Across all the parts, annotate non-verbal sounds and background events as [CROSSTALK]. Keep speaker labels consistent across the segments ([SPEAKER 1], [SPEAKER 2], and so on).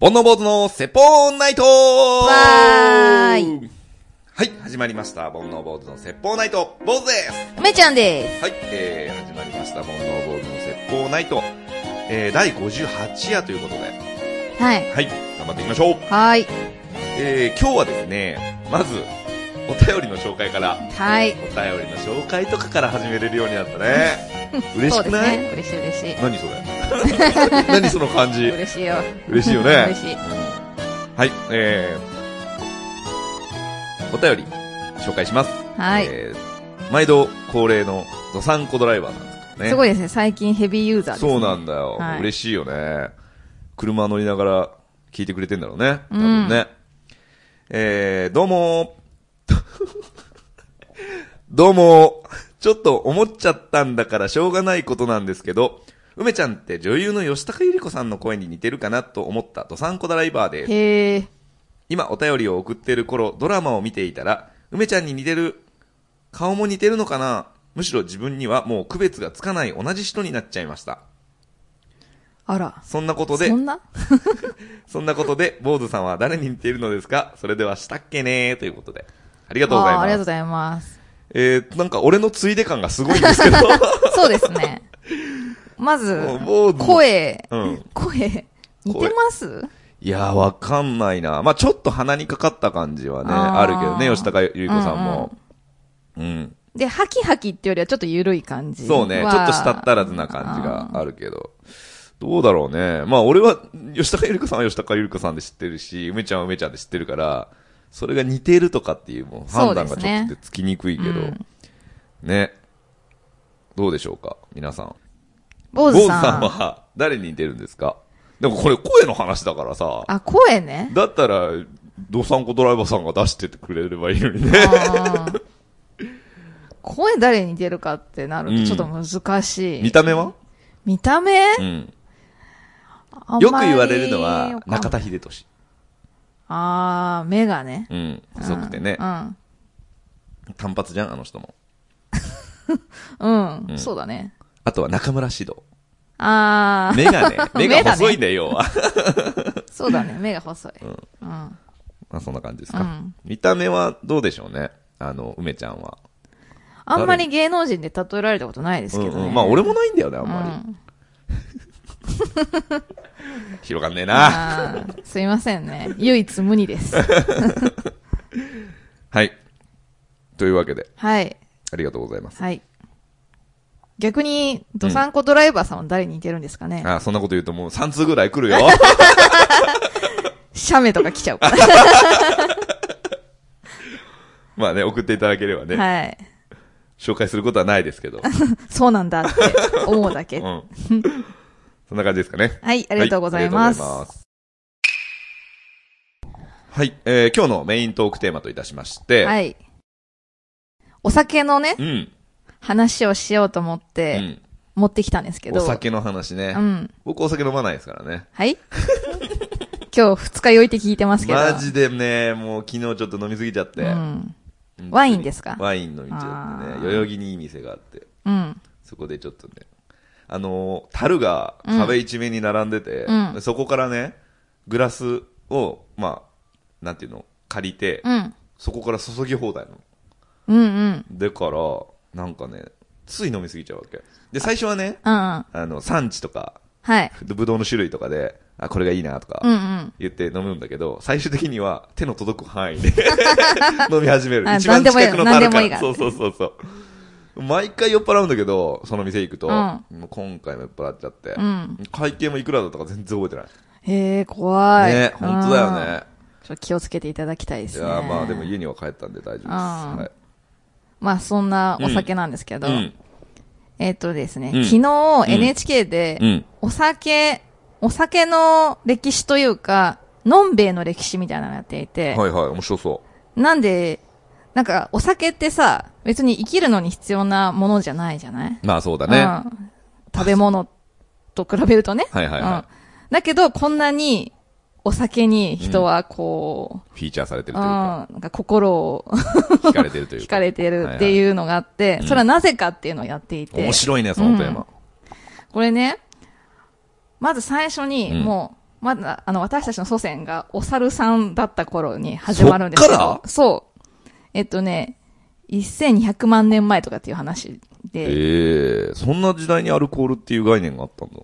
[SPEAKER 1] 煩悩坊主の説法ナイトわ
[SPEAKER 2] ー
[SPEAKER 1] いはい、始まりました。煩悩坊主の説法ナイト坊主です
[SPEAKER 2] 梅ちゃんです。
[SPEAKER 1] はい、えー、始まりました。煩悩坊主の説法ナイト。えー、第58夜ということで、
[SPEAKER 2] はい。
[SPEAKER 1] はい、頑張っていきましょう
[SPEAKER 2] はい。
[SPEAKER 1] えー、今日はですね、まず、お便りの紹介から、
[SPEAKER 2] はい
[SPEAKER 1] お。便りの紹介とかから始めれるようになった
[SPEAKER 2] [LAUGHS]
[SPEAKER 1] ね。嬉しくない、
[SPEAKER 2] そうですね。嬉しい嬉しい。
[SPEAKER 1] 何それ [LAUGHS] 何その感じ
[SPEAKER 2] 嬉しいよ。
[SPEAKER 1] 嬉しいよね。
[SPEAKER 2] [LAUGHS] 嬉しい
[SPEAKER 1] うんはい、えー、お便り、紹介します。
[SPEAKER 2] はい。
[SPEAKER 1] えー毎度恒例の、ドサンコドライバーさんですからね。
[SPEAKER 2] すごいですね。最近ヘビーユーザーです、ね。
[SPEAKER 1] そうなんだよ、
[SPEAKER 2] はい
[SPEAKER 1] 嬉しいよね。車乗りながら聞いてくれてんだろうね。多分ね。えー、どうも [LAUGHS] ーどうもーちょっと思っちゃったんだからしょうがないことなんですけど、梅ちゃんって女優の吉高由里子さんの声に似てるかなと思ったドサンコドライバーです。
[SPEAKER 2] へえ。
[SPEAKER 1] 今お便りを送ってる頃、ドラマを見ていたら、梅ちゃんに似てる、顔も似てるのかなむしろ自分にはもう区別がつかない同じ人になっちゃいました。
[SPEAKER 2] あら。
[SPEAKER 1] そんなことで
[SPEAKER 2] そ、んな
[SPEAKER 1] そんなことで、坊主さんは誰に似ているのですかそれではしたっけねーということで。ありがとうござい
[SPEAKER 2] あーありがとう
[SPEAKER 1] ま
[SPEAKER 2] ご
[SPEAKER 1] す。
[SPEAKER 2] ざいます。
[SPEAKER 1] えー、なんか俺のついで感がすごいんです
[SPEAKER 2] [LAUGHS]
[SPEAKER 1] けど。
[SPEAKER 2] そうです
[SPEAKER 1] [LAUGHS]
[SPEAKER 2] ね。まず
[SPEAKER 1] もう坊主、の
[SPEAKER 2] 声、
[SPEAKER 1] うん
[SPEAKER 2] 声、似てます
[SPEAKER 1] いやー、わかんないな。まあちょっと鼻にかかった感じはね、
[SPEAKER 2] あー
[SPEAKER 1] あるけどね、吉高由里子さんも。うん、
[SPEAKER 2] で、ハキハキってよりはちょっと緩い感じは。
[SPEAKER 1] そうね、ちょっとしたったらずな感じがあるけど。どうだろうね。まあ俺は、吉高由里子さんは吉高由里子さんで知ってるし、梅ちゃんは梅ちゃんで知ってるから、それが似てるとかっていう、もう判断が
[SPEAKER 2] そう
[SPEAKER 1] ち
[SPEAKER 2] です
[SPEAKER 1] ょ
[SPEAKER 2] ね
[SPEAKER 1] っとつきにくいけど、
[SPEAKER 2] うん
[SPEAKER 1] ね。どうでしょうか、皆さん。坊
[SPEAKER 2] 坊主
[SPEAKER 1] 主
[SPEAKER 2] さん。
[SPEAKER 1] さんは誰に似てるんですかでもこれ声の話だからさ、
[SPEAKER 2] あ、声ね。
[SPEAKER 1] だったら、ドサンコドライバーさんが出しててくれればいいのにね。
[SPEAKER 2] あー声誰に似てるかってなるとちょっと難しい。
[SPEAKER 1] 見た目は
[SPEAKER 2] 見た目
[SPEAKER 1] うん。
[SPEAKER 2] あんまり
[SPEAKER 1] よく言われるのは、中田秀俊。
[SPEAKER 2] あー、目がね。
[SPEAKER 1] うん。細くてね
[SPEAKER 2] う。ん。
[SPEAKER 1] 単発じゃん、あの人も。
[SPEAKER 2] うん。そうだね。
[SPEAKER 1] あとは中村獅童。
[SPEAKER 2] あー、
[SPEAKER 1] 目がね、目
[SPEAKER 2] [LAUGHS] 目
[SPEAKER 1] が
[SPEAKER 2] だね
[SPEAKER 1] 細いね、要は。 [LAUGHS]
[SPEAKER 2] そうだね。目が細い。うん。
[SPEAKER 1] まあそんな感じです
[SPEAKER 2] う
[SPEAKER 1] か
[SPEAKER 2] ん。
[SPEAKER 1] 見た目はどうでしょうね。あの、梅ちゃんは。
[SPEAKER 2] あんまり芸能人で例えられたことないです
[SPEAKER 1] う
[SPEAKER 2] け
[SPEAKER 1] ん
[SPEAKER 2] どね。
[SPEAKER 1] うん。まあ俺もないんだよね、あん
[SPEAKER 2] うん、
[SPEAKER 1] まり。 [LAUGHS] 広がんねえな。
[SPEAKER 2] あーすいませんね。唯一無
[SPEAKER 1] [LAUGHS]
[SPEAKER 2] 二です。
[SPEAKER 1] はい。というわけで、
[SPEAKER 2] はい。
[SPEAKER 1] ありがとうございます。
[SPEAKER 2] はい。逆に、ドサンコドライバーさんは誰に似てるんですかね、
[SPEAKER 1] あ、そんなこと言うともう3通ぐらい来るよ。
[SPEAKER 2] 写メとか来ちゃうから。
[SPEAKER 1] [LAUGHS] まあね、送っていただけれ [LAUGHS] ばね、
[SPEAKER 2] はい。
[SPEAKER 1] 紹介することはないですけど。
[SPEAKER 2] そうなんだって思うだ
[SPEAKER 1] う
[SPEAKER 2] け。
[SPEAKER 1] ん。そんな感じですかね。
[SPEAKER 2] はい、あ
[SPEAKER 1] あ
[SPEAKER 2] りがとうございます。
[SPEAKER 1] はい、ありがとうございま
[SPEAKER 2] は
[SPEAKER 1] すはいえー今日のメイントークテーマといたしまし
[SPEAKER 2] い。
[SPEAKER 1] て、
[SPEAKER 2] お酒のね、
[SPEAKER 1] うん、
[SPEAKER 2] 話をしようと思っ
[SPEAKER 1] う
[SPEAKER 2] て、
[SPEAKER 1] ん。
[SPEAKER 2] 持ってきたんですけど。
[SPEAKER 1] お酒の話ね、
[SPEAKER 2] うん。
[SPEAKER 1] 僕お酒飲まないですからね。
[SPEAKER 2] はい [LAUGHS] 今日二日酔いって聞いてますけど。
[SPEAKER 1] マジでね、もう昨日ちょっと飲みすぎちゃって。
[SPEAKER 2] うん。
[SPEAKER 1] 本当に
[SPEAKER 2] ワインですか
[SPEAKER 1] ワイン飲みちゃって
[SPEAKER 2] あ
[SPEAKER 1] ね。
[SPEAKER 2] ー
[SPEAKER 1] 代々木にいい店があって、
[SPEAKER 2] うん。
[SPEAKER 1] そこでちょっとね、あのー樽が壁一面に並んでて、
[SPEAKER 2] うん
[SPEAKER 1] そこからね、グラスを、まあ、なんていうの、借りて、
[SPEAKER 2] うん。
[SPEAKER 1] そこから注ぎ放題なの。
[SPEAKER 2] うんうん。
[SPEAKER 1] だから、なんかね、つい飲みすぎちゃうわけ。で、最初はね、
[SPEAKER 2] うんうん。
[SPEAKER 1] あの、産地とか、
[SPEAKER 2] はい。
[SPEAKER 1] ぶどうの種類とかで、あ、これがいいなとか
[SPEAKER 2] うん、うん。
[SPEAKER 1] 言って飲むんだけど、最終的には手の届く範囲で [LAUGHS] 飲み始める。
[SPEAKER 2] あ
[SPEAKER 1] 一番近くの樽
[SPEAKER 2] 何で
[SPEAKER 1] か
[SPEAKER 2] もいい
[SPEAKER 1] ら。
[SPEAKER 2] 何で
[SPEAKER 1] そ
[SPEAKER 2] もいういから
[SPEAKER 1] そうそうそう。毎回酔っ払うんだけど、その店行くと、
[SPEAKER 2] うん
[SPEAKER 1] もう今回も酔っ払っちゃって、
[SPEAKER 2] うん
[SPEAKER 1] 会計もいくらだったか全然覚えてない。
[SPEAKER 2] へえ、怖い。
[SPEAKER 1] ね、本当だよね。
[SPEAKER 2] うん。ちょっと気をつけていただきたいで
[SPEAKER 1] い
[SPEAKER 2] すね。
[SPEAKER 1] やーまあでも家には帰ったんで大丈夫です。
[SPEAKER 2] うん
[SPEAKER 1] は
[SPEAKER 2] まあそんなお酒なんですけ
[SPEAKER 1] い。
[SPEAKER 2] ど。
[SPEAKER 1] うん。
[SPEAKER 2] えっとですね、
[SPEAKER 1] うん
[SPEAKER 2] 昨日
[SPEAKER 1] ん
[SPEAKER 2] NHK で、
[SPEAKER 1] うん。
[SPEAKER 2] お酒、お酒の歴史というか、のんべえの歴史みたいなのやっていて、
[SPEAKER 1] はいはい、面白そ。
[SPEAKER 2] なんで、なんかお酒ってさ、別に生きるのに必要なものじゃないじゃないう
[SPEAKER 1] まあそうだね。は
[SPEAKER 2] うん食べ物と比べるとね。
[SPEAKER 1] いはい
[SPEAKER 2] うん
[SPEAKER 1] は
[SPEAKER 2] だけど、こんなに、お酒に人はこ
[SPEAKER 1] い。フィーチャーされて
[SPEAKER 2] う、
[SPEAKER 1] る
[SPEAKER 2] う
[SPEAKER 1] という
[SPEAKER 2] ん、
[SPEAKER 1] か、
[SPEAKER 2] なんか心を
[SPEAKER 1] 惹かれてるという
[SPEAKER 2] [LAUGHS] 惹
[SPEAKER 1] か。
[SPEAKER 2] かれてるっていうのがあって、
[SPEAKER 1] うん
[SPEAKER 2] それはなぜかっていうのをやっていて。
[SPEAKER 1] 面白いね、そのテーマ。
[SPEAKER 2] これね、まず最初に、
[SPEAKER 1] うん
[SPEAKER 2] もう、まだ、あの、私たちの祖先がお猿さんだった頃に始まるんですけど。
[SPEAKER 1] そっから
[SPEAKER 2] そう。えっとね、1200万年前とかっていう話で、
[SPEAKER 1] ええそんな時代にアルコールっていう概念があったんだ。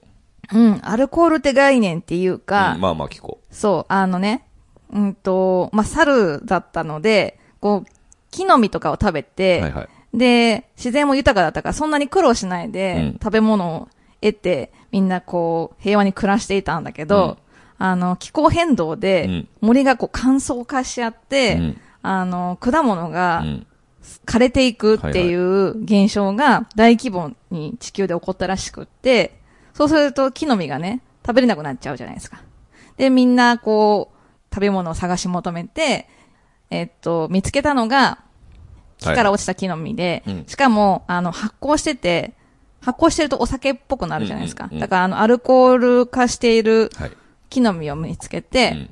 [SPEAKER 2] うん、アルコールって概念っていうか、
[SPEAKER 1] うんまあまあ聞こ
[SPEAKER 2] そう、あのね、うんと、まあ、猿だったので、こう、木の実とかを食べ
[SPEAKER 1] う。
[SPEAKER 2] て、
[SPEAKER 1] はいはい。
[SPEAKER 2] で、自然も豊かだったから、そんなに苦労しないで、
[SPEAKER 1] うん
[SPEAKER 2] 食べ物を得て、みんなこう、平和に暮らしていたんだけど、あの、気候変動
[SPEAKER 1] う
[SPEAKER 2] で
[SPEAKER 1] ん、
[SPEAKER 2] 森がこう乾燥化しちゃって、
[SPEAKER 1] うん
[SPEAKER 2] あの、果物
[SPEAKER 1] う
[SPEAKER 2] が
[SPEAKER 1] ん。
[SPEAKER 2] 枯れていくっていう現象が大規模に地球で起こったらしくって、そうすると木の実がね、食べれなくなっちゃうじゃないですか。で、みんなこう、食べ物を探し求めて、えっと、見つけたのが、木から落ちた木の実で、
[SPEAKER 1] うん
[SPEAKER 2] しかも、あの、発酵してて、発酵してるとお酒っぽくなるじゃないですか。
[SPEAKER 1] うんうんうん
[SPEAKER 2] だから、あの、アルコール化している
[SPEAKER 1] はい。
[SPEAKER 2] 木の実を見つけ
[SPEAKER 1] う
[SPEAKER 2] て、
[SPEAKER 1] ん。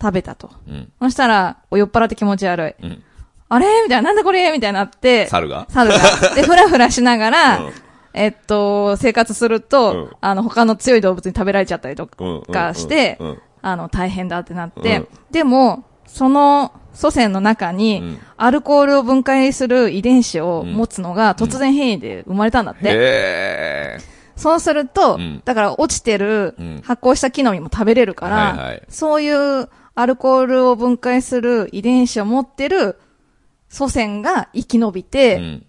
[SPEAKER 2] 食べたと。
[SPEAKER 1] うん。
[SPEAKER 2] そしたら、お酔っ払って気持ち悪い。
[SPEAKER 1] うん。
[SPEAKER 2] あれみたいな、なんだこれみたいになって、
[SPEAKER 1] 猿が
[SPEAKER 2] 猿が。で、ふらふらしながら、
[SPEAKER 1] [LAUGHS] うん
[SPEAKER 2] えっと、生活すると、
[SPEAKER 1] うん
[SPEAKER 2] あの、他の強い動物に食べられちゃったりと
[SPEAKER 1] うんうん
[SPEAKER 2] かして、
[SPEAKER 1] うんうん
[SPEAKER 2] あの、大変だってなって、
[SPEAKER 1] うん
[SPEAKER 2] でも、その祖先の中に、
[SPEAKER 1] うん
[SPEAKER 2] アルコールを分解する遺伝子を
[SPEAKER 1] うん
[SPEAKER 2] 持つのが突然変異で生まれたんだって。
[SPEAKER 1] ええ
[SPEAKER 2] そうすると、
[SPEAKER 1] うん
[SPEAKER 2] だから落ちてる
[SPEAKER 1] うん
[SPEAKER 2] 発酵した木の実も食べれるから、
[SPEAKER 1] はいはい
[SPEAKER 2] そういうアルコールを分解する遺伝子を持ってる祖先が生き延びて、
[SPEAKER 1] うん。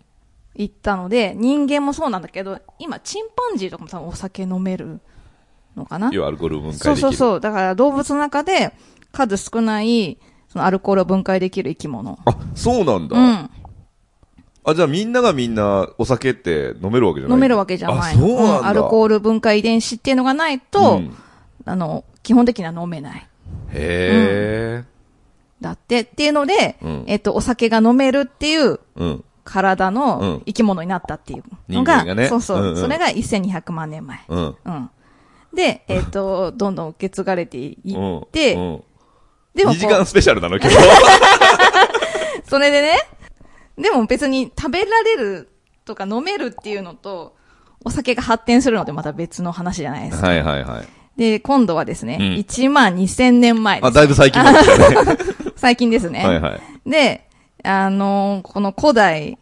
[SPEAKER 2] 行ったので、人間もそうなんだけど、今、チンパンジーとかも多分お酒飲めるのかな
[SPEAKER 1] 要はアルコールを分解でき
[SPEAKER 2] そ
[SPEAKER 1] る。
[SPEAKER 2] うそうそう。だから動物の中で数少ない、そのアルコールを分解できる生き物。
[SPEAKER 1] あ、そうなんだ。
[SPEAKER 2] うん。
[SPEAKER 1] あ、じゃあみんながみんなお酒って飲めるわけじゃない
[SPEAKER 2] 飲めるわけじゃない
[SPEAKER 1] あ、そう
[SPEAKER 2] の。
[SPEAKER 1] なんだ。
[SPEAKER 2] アルコール分解遺伝子っていうのがないと、
[SPEAKER 1] うん
[SPEAKER 2] あの、基本的には飲めない。
[SPEAKER 1] へえ。
[SPEAKER 2] だってっていうので、
[SPEAKER 1] うん
[SPEAKER 2] えっと、お酒が飲めるっていう
[SPEAKER 1] うん。
[SPEAKER 2] 体
[SPEAKER 1] う
[SPEAKER 2] の
[SPEAKER 1] ん
[SPEAKER 2] 生き物になったっていうのが、
[SPEAKER 1] 人間がね
[SPEAKER 2] そうそう、
[SPEAKER 1] うんうん
[SPEAKER 2] それが1200万年前。
[SPEAKER 1] うん。
[SPEAKER 2] うん。で、えっ、と、
[SPEAKER 1] [LAUGHS]
[SPEAKER 2] どんどん受け継がれてい
[SPEAKER 1] うん
[SPEAKER 2] って、
[SPEAKER 1] うん
[SPEAKER 2] でも
[SPEAKER 1] 2時間
[SPEAKER 2] こ
[SPEAKER 1] スペシャルなの今日。
[SPEAKER 2] う、それでね、でも別に食べられるとか飲めるっていうのと、お酒が発展するのってまた別の話じゃないですか。
[SPEAKER 1] [LAUGHS] はいはい
[SPEAKER 2] [LAUGHS]
[SPEAKER 1] はい。
[SPEAKER 2] で、今度はですね、
[SPEAKER 1] うん
[SPEAKER 2] 1万2000年前で
[SPEAKER 1] あ、
[SPEAKER 2] す。
[SPEAKER 1] だいぶ最近なんですよね。
[SPEAKER 2] 最近です
[SPEAKER 1] [LAUGHS]
[SPEAKER 2] ね。
[SPEAKER 1] はいはい。
[SPEAKER 2] で、あのーこの古代、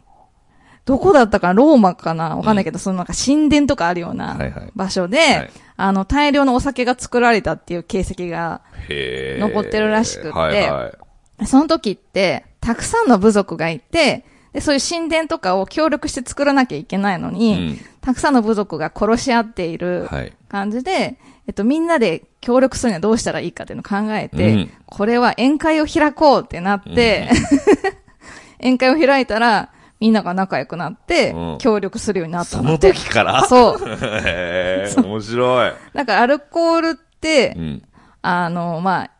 [SPEAKER 2] どこだったかなローマかなわかんないけど、そのなんか神殿とかあるよう
[SPEAKER 1] はい
[SPEAKER 2] な
[SPEAKER 1] はい
[SPEAKER 2] 場所で、
[SPEAKER 1] はい
[SPEAKER 2] あの、大量のお酒が作られたっていう形跡が
[SPEAKER 1] へえ。
[SPEAKER 2] 残ってるらしくって
[SPEAKER 1] はいはい。
[SPEAKER 2] その時って、たくさんの部族がいて、で、そういう神殿とかを協力して作らなきゃいけないのに、
[SPEAKER 1] うん
[SPEAKER 2] たくさんの部族が殺し合っている
[SPEAKER 1] はい
[SPEAKER 2] 感じで、えっと、みんなで協力するにはどうしたらいいかっていうのを考えて、
[SPEAKER 1] うん
[SPEAKER 2] これは宴会を開こうってなって、 [LAUGHS] 宴会を開いたら、みんなが仲良くなって
[SPEAKER 1] うん、
[SPEAKER 2] 協力するようになった
[SPEAKER 1] そ
[SPEAKER 2] んだ
[SPEAKER 1] の
[SPEAKER 2] って。
[SPEAKER 1] 時
[SPEAKER 2] [LAUGHS]
[SPEAKER 1] から
[SPEAKER 2] そう。
[SPEAKER 1] へえ、面白い。
[SPEAKER 2] だからアルコールって
[SPEAKER 1] う、ん。
[SPEAKER 2] あの、まあ、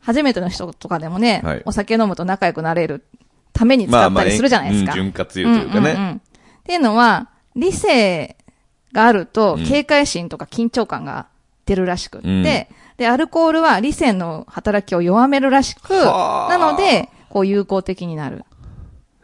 [SPEAKER 2] 初めての人とかでもね、
[SPEAKER 1] はい
[SPEAKER 2] お酒飲むと仲良くなれるために使ったりするじゃないですか。
[SPEAKER 1] うん潤滑油というか
[SPEAKER 2] うんうん
[SPEAKER 1] ね。
[SPEAKER 2] うんっていうのは、理性があると
[SPEAKER 1] うん、
[SPEAKER 2] 警戒心とか緊張感が出るらしくって、
[SPEAKER 1] うん
[SPEAKER 2] で、アルコールは理性の働きを弱めるらしく、
[SPEAKER 1] はあ
[SPEAKER 2] なので、こう有効的になる。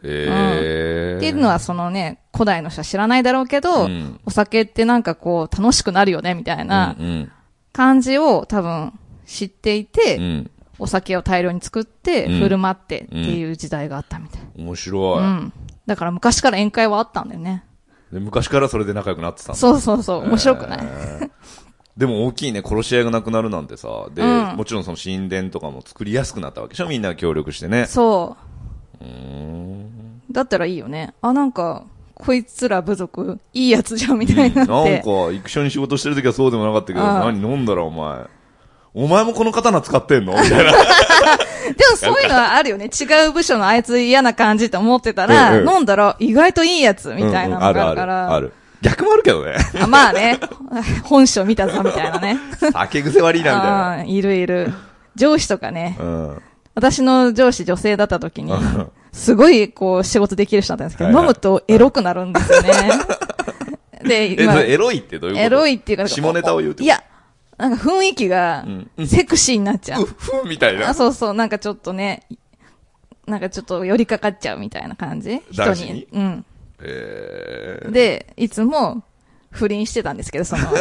[SPEAKER 1] へえ。
[SPEAKER 2] っていうのは、そのね、古代の人は知らないだろうけど、
[SPEAKER 1] うん
[SPEAKER 2] お酒ってなんかこう、楽しくなるよね、みたいな
[SPEAKER 1] うんうん
[SPEAKER 2] 感じを多分知っていて、
[SPEAKER 1] うん。
[SPEAKER 2] お酒を大量に作って、
[SPEAKER 1] うん
[SPEAKER 2] 振る舞ってっていう時代があったみたい。
[SPEAKER 1] 面
[SPEAKER 2] う
[SPEAKER 1] 白
[SPEAKER 2] ん。だから昔から宴会はあったんだよね。
[SPEAKER 1] い。で昔からそれで仲良くなってたんだ
[SPEAKER 2] そうそうそう。面白くない、 [LAUGHS]
[SPEAKER 1] いでも大きいね、殺し合いがなくなるなんてさ、で、
[SPEAKER 2] うん
[SPEAKER 1] もちろんその神殿とかも作りやすくなったわけでしょみんなが協力してね。
[SPEAKER 2] そう
[SPEAKER 1] ーん。
[SPEAKER 2] う。だったらいいよね。あ、なんか、こいつら部族、いいやつじゃん、みたいにな
[SPEAKER 1] なん
[SPEAKER 2] って。
[SPEAKER 1] か、一緒に仕事してる時はそうでもなかったけど、
[SPEAKER 2] ああ
[SPEAKER 1] 何飲んだらお前。お前もこの刀使って
[SPEAKER 2] [LAUGHS]
[SPEAKER 1] んのみたいな。
[SPEAKER 2] でもそういうのはあるよね。違う部署のあいつ嫌な感じと思ってた
[SPEAKER 1] う
[SPEAKER 2] ら、
[SPEAKER 1] んうん
[SPEAKER 2] 飲んだら意外といいやつ、みたいなのがあ
[SPEAKER 1] うんうん
[SPEAKER 2] る
[SPEAKER 1] あ
[SPEAKER 2] から。
[SPEAKER 1] るある。ある。逆もあるけど
[SPEAKER 2] [LAUGHS]
[SPEAKER 1] ね。
[SPEAKER 2] あまあね。本性見たぞ、みたいなね。
[SPEAKER 1] 酒癖悪 [LAUGHS] いな、みたいな。
[SPEAKER 2] あーいるいる。上司とかね。
[SPEAKER 1] うん。
[SPEAKER 2] 私の上司女性だった時に
[SPEAKER 1] うん、
[SPEAKER 2] すごいこう仕事できる人だったんですけど、
[SPEAKER 1] はいはい
[SPEAKER 2] 飲むとエロくなるんで
[SPEAKER 1] [LAUGHS]
[SPEAKER 2] すよね。で、
[SPEAKER 1] え、それエロいってどういうこと
[SPEAKER 2] エロいっていうか、
[SPEAKER 1] 下ネタを言うってこと
[SPEAKER 2] い。や、なんか雰囲気が
[SPEAKER 1] うん
[SPEAKER 2] セクシーになっちゃ
[SPEAKER 1] う
[SPEAKER 2] う。
[SPEAKER 1] ふんみたいな
[SPEAKER 2] あ。そうそう、なんかちょっとね、なんかちょっと寄りかかっちゃうみたいな感じ人
[SPEAKER 1] 男子
[SPEAKER 2] に
[SPEAKER 1] に。
[SPEAKER 2] うん。
[SPEAKER 1] えー [LAUGHS]
[SPEAKER 2] で、いつも不倫してたんですけど、その方。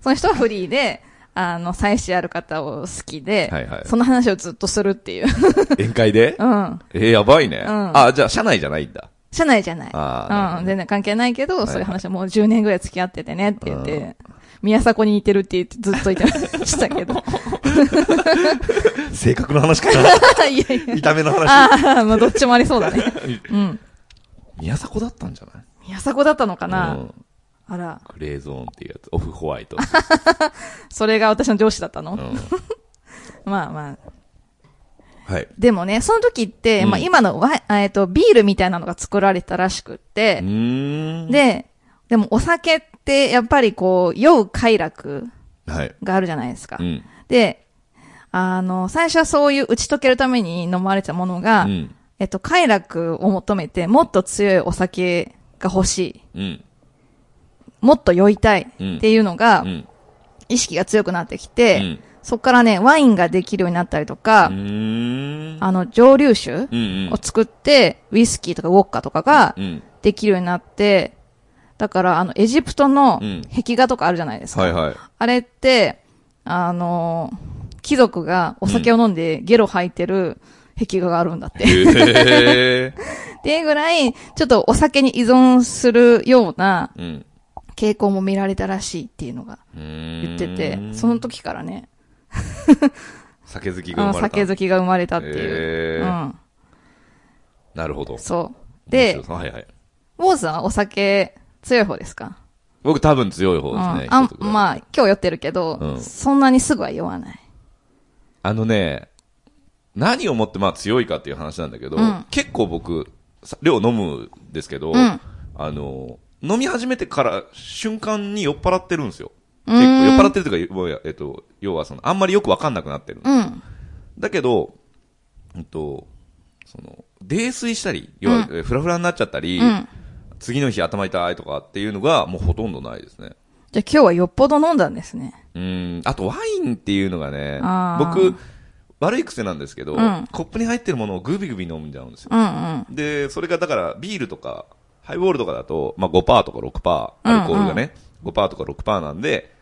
[SPEAKER 2] その人はフリーで、あの、妻子ある方を好きで、
[SPEAKER 1] はいはい
[SPEAKER 2] その話をずっとするっていう。
[SPEAKER 1] 宴会で
[SPEAKER 2] うん。
[SPEAKER 1] えー、やばいね。
[SPEAKER 2] ん
[SPEAKER 1] あ、じゃあ、社内じゃないんだ。
[SPEAKER 2] 社内じゃない。
[SPEAKER 1] あーなるほど
[SPEAKER 2] うん。全然関係ないけど、
[SPEAKER 1] い
[SPEAKER 2] そういう話はもう10年ぐらい付き合っててねって言っ
[SPEAKER 1] う
[SPEAKER 2] て、宮迫に似てるって言ってずっと言ってましたけど。
[SPEAKER 1] 性格の話か
[SPEAKER 2] [LAUGHS]
[SPEAKER 1] な
[SPEAKER 2] いやいや。
[SPEAKER 1] 見た目の話。
[SPEAKER 2] ああ、まあどっちもありそうだ
[SPEAKER 1] [LAUGHS]
[SPEAKER 2] ね。うん。
[SPEAKER 1] 宮迫だったんじゃない
[SPEAKER 2] 宮迫だったのか
[SPEAKER 1] う
[SPEAKER 2] な、
[SPEAKER 1] ん
[SPEAKER 2] あら、
[SPEAKER 1] グレーゾーンっていうやつ。オフホワイト。
[SPEAKER 2] それが私の上司だったの、
[SPEAKER 1] うん
[SPEAKER 2] まあまあ。
[SPEAKER 1] はい。
[SPEAKER 2] でもね、その時って、
[SPEAKER 1] うん
[SPEAKER 2] まあ今のワイ、えっと、ビールみたいなのが作られたらしくっ
[SPEAKER 1] う
[SPEAKER 2] て、
[SPEAKER 1] ーん。
[SPEAKER 2] で、でもお酒ってやっぱりこう、酔う快楽
[SPEAKER 1] はい。
[SPEAKER 2] があるじゃないですか。
[SPEAKER 1] うん。
[SPEAKER 2] で、あの、最初はそういう打ち解けるために飲まれてたものが、
[SPEAKER 1] うん。
[SPEAKER 2] えっと、快楽を求めて、もっと強いお酒が欲しい。
[SPEAKER 1] うん。
[SPEAKER 2] もっと酔いたい
[SPEAKER 1] うん
[SPEAKER 2] っていうのが
[SPEAKER 1] う、ん。
[SPEAKER 2] 意識が強くなってき
[SPEAKER 1] う
[SPEAKER 2] て、
[SPEAKER 1] ん。
[SPEAKER 2] そこからね、ワインができるようになったりと
[SPEAKER 1] う
[SPEAKER 2] か、
[SPEAKER 1] ーん。
[SPEAKER 2] あの、蒸留酒
[SPEAKER 1] うんうん
[SPEAKER 2] を作って、ウイスキーとかウォッカとかが
[SPEAKER 1] うん。
[SPEAKER 2] できるようになって、だから、あの、エジプトの
[SPEAKER 1] うん
[SPEAKER 2] 壁画とかあるじゃないですか。
[SPEAKER 1] はいはい。
[SPEAKER 2] あれって、あのー、貴族がお酒を飲んでゲロ吐いてる壁画があるんだって。
[SPEAKER 1] へえ。
[SPEAKER 2] っていうぐらい、ちょっとお酒に依存するような
[SPEAKER 1] うん。
[SPEAKER 2] 傾向も見られたらしいっていうのが
[SPEAKER 1] 言
[SPEAKER 2] 言ってて、その時からね、
[SPEAKER 1] 酒好き
[SPEAKER 2] あ
[SPEAKER 1] が
[SPEAKER 2] の
[SPEAKER 1] 生まれた。
[SPEAKER 2] 酒好きが生まれたっていう。
[SPEAKER 1] へ
[SPEAKER 2] う
[SPEAKER 1] ー
[SPEAKER 2] ん。
[SPEAKER 1] なるほど。
[SPEAKER 2] そう。
[SPEAKER 1] 面
[SPEAKER 2] で
[SPEAKER 1] 白、そうはいはい。
[SPEAKER 2] ウォーズはお酒強い方ですか
[SPEAKER 1] 僕多分強い方
[SPEAKER 2] う
[SPEAKER 1] ですね。
[SPEAKER 2] ん。あ
[SPEAKER 1] 一つ、ぐらい
[SPEAKER 2] まあ、今日酔ってるけど、
[SPEAKER 1] うん
[SPEAKER 2] そんなにすぐは酔わない。
[SPEAKER 1] あのね、何をもってまあ強いかっていう話なんだけど、
[SPEAKER 2] うん
[SPEAKER 1] 結構僕、さ量飲むんですけど、
[SPEAKER 2] うん
[SPEAKER 1] あの、飲み始めてから瞬間に酔っ払ってるんですよ。
[SPEAKER 2] うーん
[SPEAKER 1] 結構酔っ払ってるというかもう、えっと、要はその、あんまりよくわかんなくなってる。
[SPEAKER 2] うん。
[SPEAKER 1] だけど、うんと、その、泥酔したり、要は、えフラフラになっちゃったり、
[SPEAKER 2] うん。
[SPEAKER 1] 次の日頭痛いとかっていうのがもうほとんどないですね。
[SPEAKER 2] じゃあ今日はよっぽど飲んだんですね。
[SPEAKER 1] うん、あとワインっていうのがね
[SPEAKER 2] あ、ー
[SPEAKER 1] 僕、悪い癖なんですけど、
[SPEAKER 2] うん
[SPEAKER 1] コップに入ってるものをグビグビ飲んじゃうんですよ。
[SPEAKER 2] うんうん。
[SPEAKER 1] で、それがだから、ビールとか、ハイボールとかだと、まあ5%とか6%、アルコールがね、5%とか6%なんで、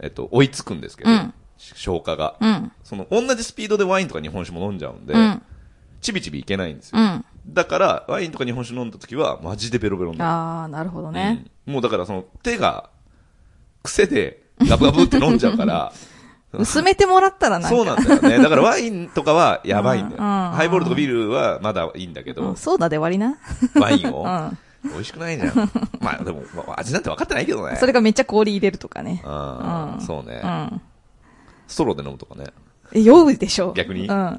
[SPEAKER 1] えっと、追いつくんですけど、
[SPEAKER 2] うん
[SPEAKER 1] 消化が。
[SPEAKER 2] うん。
[SPEAKER 1] その、同じスピードでワインとか日本酒も飲んじゃうんで、
[SPEAKER 2] うん。
[SPEAKER 1] ちびちびいけないんですよ。
[SPEAKER 2] うん。
[SPEAKER 1] だから、ワインとか日本酒飲んだ時は、マジでベロベロになる。
[SPEAKER 2] ああ、なるほどね。
[SPEAKER 1] うんもうだからその手が癖でガブガブって飲んじゃうから、
[SPEAKER 2] [LAUGHS] 薄めてもらったらなんか。
[SPEAKER 1] そうなんだよね。だからワインとかはやばいんだよ。
[SPEAKER 2] うんうん
[SPEAKER 1] ハイボールとかビールはまだいいんだけ
[SPEAKER 2] う
[SPEAKER 1] ど
[SPEAKER 2] ん、ソーダで割りな。
[SPEAKER 1] ワインを、
[SPEAKER 2] うん
[SPEAKER 1] 美味しくない
[SPEAKER 2] [LAUGHS]
[SPEAKER 1] じゃん。まあでも、まあ味なんて分かってないけどね。
[SPEAKER 2] それがめっちゃ氷入れるとかね。
[SPEAKER 1] あー
[SPEAKER 2] うん
[SPEAKER 1] そうね、
[SPEAKER 2] うん。
[SPEAKER 1] ストローで飲むとかね。
[SPEAKER 2] え酔うでしょ。
[SPEAKER 1] 逆に
[SPEAKER 2] うん。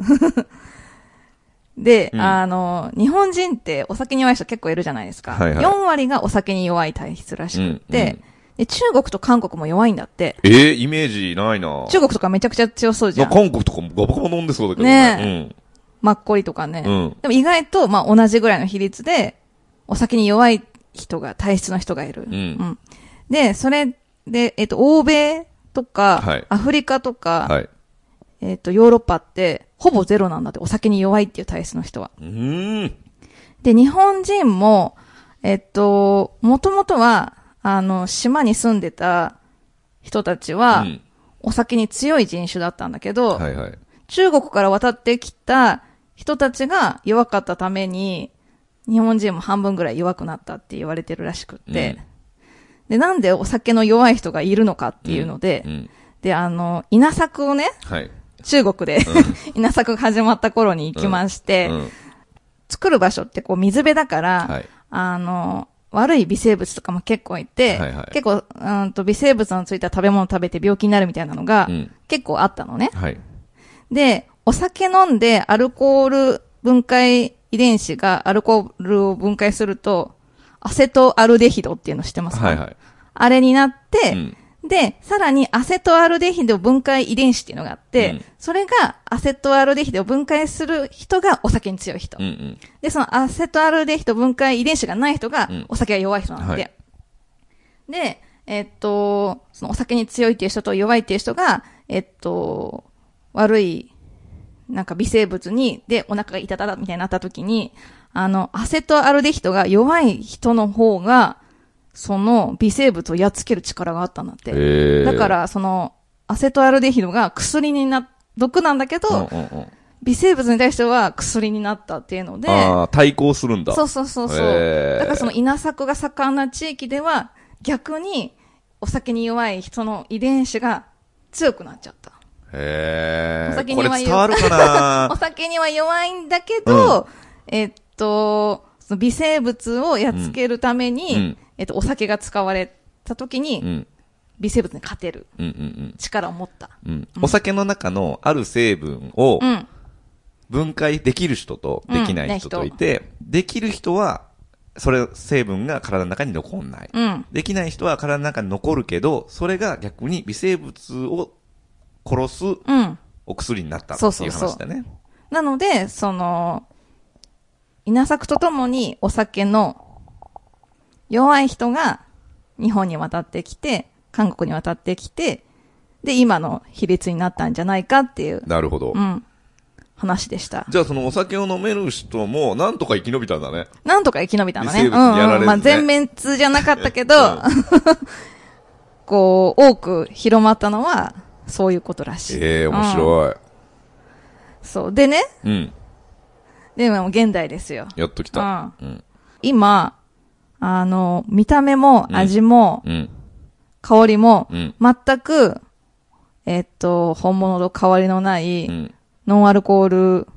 [SPEAKER 2] で、
[SPEAKER 1] うん
[SPEAKER 2] あの、日本人ってお酒に弱い人結構いるじゃないですか。
[SPEAKER 1] はいはい
[SPEAKER 2] 4割がお酒に弱い体質らしくって、
[SPEAKER 1] うんうん
[SPEAKER 2] で中国と韓国も弱いんだって。
[SPEAKER 1] えー、イメージないな
[SPEAKER 2] 中国とかめちゃくちゃ強そうじゃ
[SPEAKER 1] なんんか。韓国とかもガバガバ飲んでそうだけどね。
[SPEAKER 2] マッコリとかね。
[SPEAKER 1] うん。うん。
[SPEAKER 2] でも意外と、まあ、同じぐらいの比率で、お酒に弱い人が、体質の人がいる。
[SPEAKER 1] ん
[SPEAKER 2] で、それで、えっ、と、欧米とか、
[SPEAKER 1] はい
[SPEAKER 2] アフリカとか、
[SPEAKER 1] はい。
[SPEAKER 2] えっ、と、ヨーロッパって、ほぼゼロなんだって、お酒に弱いっていう体質の人は。
[SPEAKER 1] うーん。
[SPEAKER 2] で、日本人も、えっと、もともとは、あの、島に住んでた人たちは、
[SPEAKER 1] うん
[SPEAKER 2] お酒に強い人種だったんだけど、
[SPEAKER 1] はいはい。
[SPEAKER 2] 中国から渡ってきた人たちが弱かったために、日本人も半分ぐらい弱くなったって言われてるらしくって、で、なんでお酒の弱い人がいるのかっていうので、
[SPEAKER 1] うん。
[SPEAKER 2] で、あの、稲作をね、
[SPEAKER 1] はい。
[SPEAKER 2] 中国で、 [LAUGHS] 稲作が始まった頃に行きまして、
[SPEAKER 1] うん。
[SPEAKER 2] 作る場所ってこう水辺だから、
[SPEAKER 1] はい。
[SPEAKER 2] あの、悪い微生物とかも結構いて、
[SPEAKER 1] はいはい
[SPEAKER 2] 結構、うんと微生物のついた食べ物食べて病気になるみたいなのが、
[SPEAKER 1] うん。
[SPEAKER 2] 結構あったのね。
[SPEAKER 1] はい。
[SPEAKER 2] で、お酒飲んでアルコール分解遺伝子がアルコールを分解すると、アセトアルデヒドっていうの知ってますか、
[SPEAKER 1] はいはい。
[SPEAKER 2] あれになって、
[SPEAKER 1] うん
[SPEAKER 2] で、さらにアセトアルデヒド分解遺伝子っていうのがあって、
[SPEAKER 1] うん
[SPEAKER 2] それがアセトアルデヒドを分解する人がお酒に強い人。
[SPEAKER 1] うんうん。
[SPEAKER 2] で、そのアセトアルデヒド分解遺伝子がない人が
[SPEAKER 1] うん
[SPEAKER 2] お酒が弱い人なので。
[SPEAKER 1] は
[SPEAKER 2] で、えっと、そのお酒に強いっていう人と弱いっていう人が、えっと、悪い、なんか微生物に、で、お腹が痛ただみたいになった時に、あの、アセトアルデヒドが弱い人の方が、その微生物をやっつける力があったんだって。
[SPEAKER 1] えー
[SPEAKER 2] だから、その、アセトアルデヒドが薬にな、毒なんだけど、
[SPEAKER 1] うんうんうん
[SPEAKER 2] 微生物に対しては薬になったっていうので、
[SPEAKER 1] ああ、対抗するんだ。
[SPEAKER 2] そうそうそうそう。
[SPEAKER 1] へー
[SPEAKER 2] だからその稲作が盛んな地域では、逆にお酒に弱い人の遺伝子が強くなっちゃった。
[SPEAKER 1] へ
[SPEAKER 2] お
[SPEAKER 1] え。
[SPEAKER 2] 酒
[SPEAKER 1] こ
[SPEAKER 2] に
[SPEAKER 1] れ
[SPEAKER 2] は
[SPEAKER 1] 伝わるかな
[SPEAKER 2] [LAUGHS] お酒には弱いんだけど、えっと、その微生物をやっつけるために、
[SPEAKER 1] うんうん
[SPEAKER 2] えっと、お酒が使われた時に、
[SPEAKER 1] うん。
[SPEAKER 2] 微生物に勝てる
[SPEAKER 1] うんうん
[SPEAKER 2] 力を持った。
[SPEAKER 1] うん。うん。お酒の中のある成分を
[SPEAKER 2] うん。
[SPEAKER 1] 分解できる人と
[SPEAKER 2] うん
[SPEAKER 1] できない人といて、できる人は、それ、成分が体の中に残んない。
[SPEAKER 2] うん。
[SPEAKER 1] できない人は体の中に残るけど、それが逆に微生物を殺す
[SPEAKER 2] うん。
[SPEAKER 1] お薬になったって
[SPEAKER 2] そうそ
[SPEAKER 1] いう
[SPEAKER 2] うそう
[SPEAKER 1] 話だね。
[SPEAKER 2] なので、その、稲作とともにお酒の弱い人が日本に渡ってきて、韓国に渡ってきて、で、今の比率になったんじゃないかっていう、
[SPEAKER 1] なるほど
[SPEAKER 2] う。ん、話でした。
[SPEAKER 1] じゃあそのお酒を飲める人も、なんとか生き延びたんだね。
[SPEAKER 2] なんとか生き延びたのね。
[SPEAKER 1] 微生物にやられずね
[SPEAKER 2] うんうんまあ全面通じゃなかったけど、
[SPEAKER 1] うん
[SPEAKER 2] [LAUGHS] こう、多く広まったのは、そういうことらしい。
[SPEAKER 1] ええ、面
[SPEAKER 2] うん
[SPEAKER 1] 白い。
[SPEAKER 2] そう。でね、
[SPEAKER 1] うん。
[SPEAKER 2] でも現代ですよ。
[SPEAKER 1] やっときた。うん。
[SPEAKER 2] 今、あの、見た目も味も
[SPEAKER 1] うん。
[SPEAKER 2] 香りも
[SPEAKER 1] うん。
[SPEAKER 2] 全く、えっと、本物と変わりのない
[SPEAKER 1] うん。
[SPEAKER 2] ノンアルコール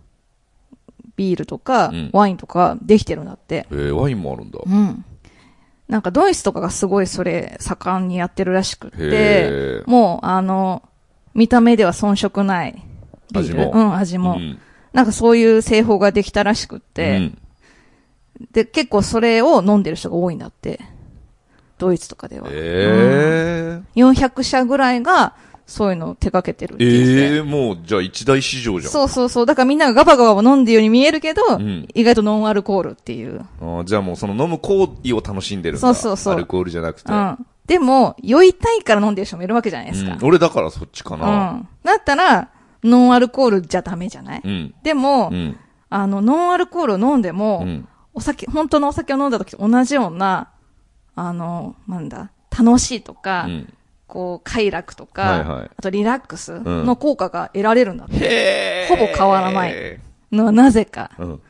[SPEAKER 2] ビールとか
[SPEAKER 1] うん
[SPEAKER 2] ワインとかできてるんだって。
[SPEAKER 1] えー、ワインもあるんだ。
[SPEAKER 2] うん。なんかドイツとかがすごいそれ盛んにやってるらしくって、
[SPEAKER 1] へえ。
[SPEAKER 2] もうあの、見た目では遜色ないビール。
[SPEAKER 1] 味も
[SPEAKER 2] うん、味も、
[SPEAKER 1] ん。
[SPEAKER 2] なんかそういう製法ができたらしくって、
[SPEAKER 1] うん
[SPEAKER 2] で、結構それを飲んでる人が多いんだって。ドイツとかでは。
[SPEAKER 1] え
[SPEAKER 2] 400社ぐらいが、そういうのを手掛けてるっ
[SPEAKER 1] え。
[SPEAKER 2] て言って
[SPEAKER 1] ええ、もう、じゃあ一大市場じゃん。
[SPEAKER 2] そうそうそう。だからみんながガバガバ飲んでるように見えるけど、
[SPEAKER 1] ん
[SPEAKER 2] 意外とノンアルコールっていう。
[SPEAKER 1] あーじゃあもうその飲む行為を楽しんでるんだ。
[SPEAKER 2] そうそうそう
[SPEAKER 1] アルコールじゃなくて。
[SPEAKER 2] う
[SPEAKER 1] うん
[SPEAKER 2] ん。でも、酔いたいから飲んでる人もいるわけじゃないですか。
[SPEAKER 1] 俺だからそっちか
[SPEAKER 2] う
[SPEAKER 1] な。
[SPEAKER 2] ん。だったら、ノンアルコールじゃダメじゃない、
[SPEAKER 1] うん。
[SPEAKER 2] でも、
[SPEAKER 1] うん。
[SPEAKER 2] あの、ノンアルコールを飲んでも、
[SPEAKER 1] うん。
[SPEAKER 2] お酒、本当のお酒を飲んだ時と同じような、あの、なんだ、楽しいとか、
[SPEAKER 1] うん
[SPEAKER 2] こう、快楽とか、
[SPEAKER 1] はいはい
[SPEAKER 2] あとリラックスの効果が得られるんだって。
[SPEAKER 1] へえ。
[SPEAKER 2] ほぼ変わらない。のはなぜか。っ
[SPEAKER 1] うん。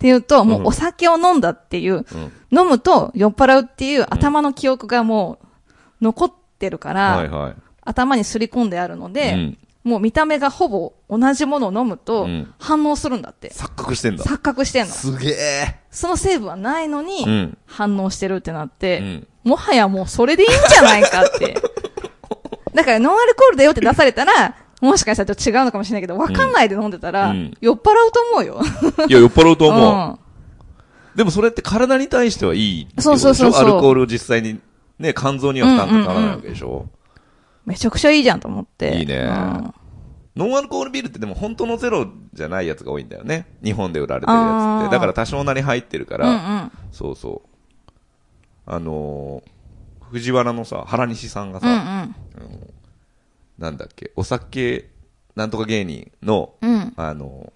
[SPEAKER 2] ていうと、も
[SPEAKER 1] う
[SPEAKER 2] うんお酒を飲んだっていう、飲むと酔っ払うっていう頭の記憶がもう残ってるから、
[SPEAKER 1] はいはい。
[SPEAKER 2] 頭にすり込んであるので、
[SPEAKER 1] うん
[SPEAKER 2] もう見た目がほぼ同じものを飲むと
[SPEAKER 1] うん
[SPEAKER 2] 反応するんだって。
[SPEAKER 1] 錯覚してんだ。
[SPEAKER 2] 錯覚してんの。
[SPEAKER 1] すげえ。
[SPEAKER 2] その成分はないのに、
[SPEAKER 1] うん
[SPEAKER 2] 反応してるってなって、
[SPEAKER 1] うん
[SPEAKER 2] もはやもうそれでいいんじゃない
[SPEAKER 1] [LAUGHS]
[SPEAKER 2] かって。だからノンアルコールだよって出されたら、もしかしたらちょっと違うのかもしれないけど、わかんないで飲んでたら、
[SPEAKER 1] うん
[SPEAKER 2] 酔っ払うと思うよ。
[SPEAKER 1] いや、酔っ払うと
[SPEAKER 2] う
[SPEAKER 1] 思う。
[SPEAKER 2] ん。
[SPEAKER 1] でもそれって体に対してはいいってこと
[SPEAKER 2] そう
[SPEAKER 1] でしょ。
[SPEAKER 2] そうそうそう
[SPEAKER 1] アルコールを実際に、ね、肝臓には負担かからないわけでしょ。
[SPEAKER 2] めちゃくちゃいいじゃんと思って。
[SPEAKER 1] いいね
[SPEAKER 2] うん
[SPEAKER 1] ノンアルコールビールってでも本当のゼロじゃないやつが多いんだよね。日本で売られてるやつっ
[SPEAKER 2] あー
[SPEAKER 1] て。だから多少なり入ってるか
[SPEAKER 2] う
[SPEAKER 1] ら、
[SPEAKER 2] んうん。
[SPEAKER 1] そうそう。あのー藤原のさ、原西さんが
[SPEAKER 2] う
[SPEAKER 1] さ、
[SPEAKER 2] ん
[SPEAKER 1] なんだっけ、お酒、なんとか芸人の、
[SPEAKER 2] うん。うん。
[SPEAKER 1] あの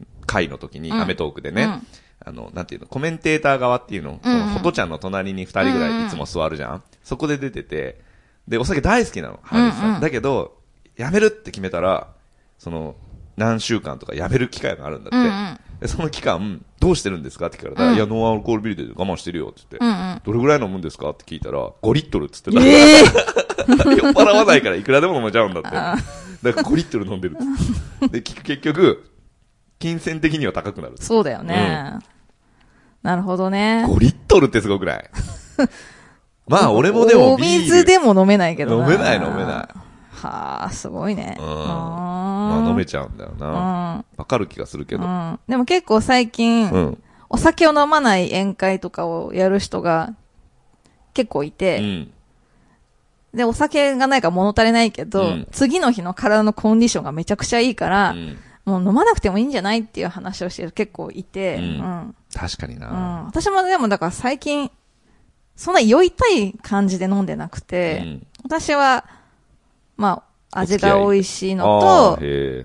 [SPEAKER 1] ー会の時に、
[SPEAKER 2] うん
[SPEAKER 1] アメトークでね、
[SPEAKER 2] うん
[SPEAKER 1] あの、なんていうの、コメンテーター側っていうの、その
[SPEAKER 2] うん
[SPEAKER 1] ホトちゃんの隣に二人ぐ
[SPEAKER 2] うんう
[SPEAKER 1] ら
[SPEAKER 2] ん
[SPEAKER 1] いいつも座るじゃん、そこで出てて、で、お酒大好きなの、原西さん。
[SPEAKER 2] うんうん
[SPEAKER 1] だけど、やめるって決めたら、その、何週間とかやめる機会があるんだって。
[SPEAKER 2] うんうん
[SPEAKER 1] でその期間、どうしてるんですかって聞かれたら、
[SPEAKER 2] うん
[SPEAKER 1] いや、ノンアルコールビールで我慢してるよって言って、
[SPEAKER 2] うんうん。
[SPEAKER 1] どれぐらい飲むんですかって聞いたら、5リットルって言って
[SPEAKER 2] ええ
[SPEAKER 1] た。酔っ払わないからいくらでも飲めちゃうんだって。だから5リットル飲んでるっつって。で、結結局、金銭的には高くなるっつって。
[SPEAKER 2] そうだよね。なるほどね。
[SPEAKER 1] 5リットルってすごくないまあ、俺もで
[SPEAKER 2] お
[SPEAKER 1] もビール。
[SPEAKER 2] 水でも飲めないけど
[SPEAKER 1] 飲めない飲め
[SPEAKER 2] は
[SPEAKER 1] ない。
[SPEAKER 2] あ、すごいね。
[SPEAKER 1] うん。
[SPEAKER 2] あ
[SPEAKER 1] まあ、飲め
[SPEAKER 2] ち
[SPEAKER 1] ちゃうんだよな。わかる気がするけ
[SPEAKER 2] う
[SPEAKER 1] ど。
[SPEAKER 2] ん。うん。でも結構最近、
[SPEAKER 1] うん。
[SPEAKER 2] お酒を飲まない宴会とかをやる人が結構いうて、
[SPEAKER 1] ん。
[SPEAKER 2] で、お酒がないから物足りないけど、
[SPEAKER 1] うん
[SPEAKER 2] 次の日の体のコンディションがめちゃくちゃいいか
[SPEAKER 1] う
[SPEAKER 2] ら、
[SPEAKER 1] ん
[SPEAKER 2] もう飲まなくてもいいんじゃないっていう話をしてる結構いて、
[SPEAKER 1] う
[SPEAKER 2] うんん。うん。
[SPEAKER 1] 確かにな。
[SPEAKER 2] 私もでもだから最近、そんな酔いたい感じで飲んでなく
[SPEAKER 1] う
[SPEAKER 2] て、
[SPEAKER 1] ん。
[SPEAKER 2] 私は、まあ、味が美味しい
[SPEAKER 1] あ
[SPEAKER 2] の
[SPEAKER 1] ー
[SPEAKER 2] と、
[SPEAKER 1] へえ。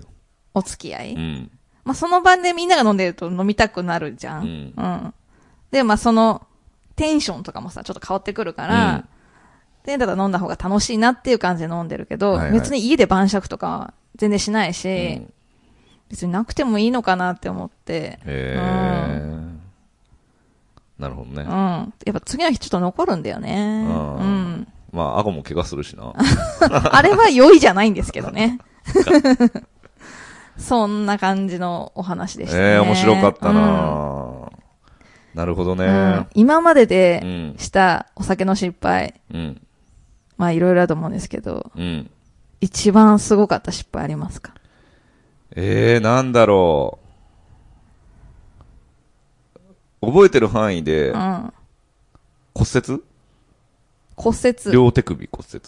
[SPEAKER 2] お付き合い。
[SPEAKER 1] うん。
[SPEAKER 2] まあ、その場でみんなが飲んでると飲みたくなるじゃん。
[SPEAKER 1] う
[SPEAKER 2] うんん。で、まあ、その、テンションとかもさ、ちょっと変わってくるから、で、ただ飲んだ方が楽しいなっていう感じで飲んでるけど、
[SPEAKER 1] はいはい
[SPEAKER 2] 別に家で晩酌とかは全然しないし、
[SPEAKER 1] うん
[SPEAKER 2] 別になくてもいいのかなって思って、
[SPEAKER 1] へーなるほど
[SPEAKER 2] うん。
[SPEAKER 1] ね。
[SPEAKER 2] やっぱ次の日ちょっと残るんだよね。う
[SPEAKER 1] あー
[SPEAKER 2] ん。
[SPEAKER 1] まあ、アゴも怪我するしな。
[SPEAKER 2] あれは良いじゃないんですけどね。 [LAUGHS] そんな感じのお話でしたね。
[SPEAKER 1] ええ面白かった
[SPEAKER 2] うん
[SPEAKER 1] ななるほど
[SPEAKER 2] うん
[SPEAKER 1] ね。
[SPEAKER 2] 今まで
[SPEAKER 1] う
[SPEAKER 2] で
[SPEAKER 1] ん。
[SPEAKER 2] したお酒の失敗、
[SPEAKER 1] うん。
[SPEAKER 2] まあいろいろだと思うんですけど、
[SPEAKER 1] うん。
[SPEAKER 2] 一番すごかった失敗ありますか
[SPEAKER 1] ええなんだろう。覚えてる範囲で
[SPEAKER 2] う、ん。
[SPEAKER 1] 骨折
[SPEAKER 2] 骨折。
[SPEAKER 1] 両手首骨折。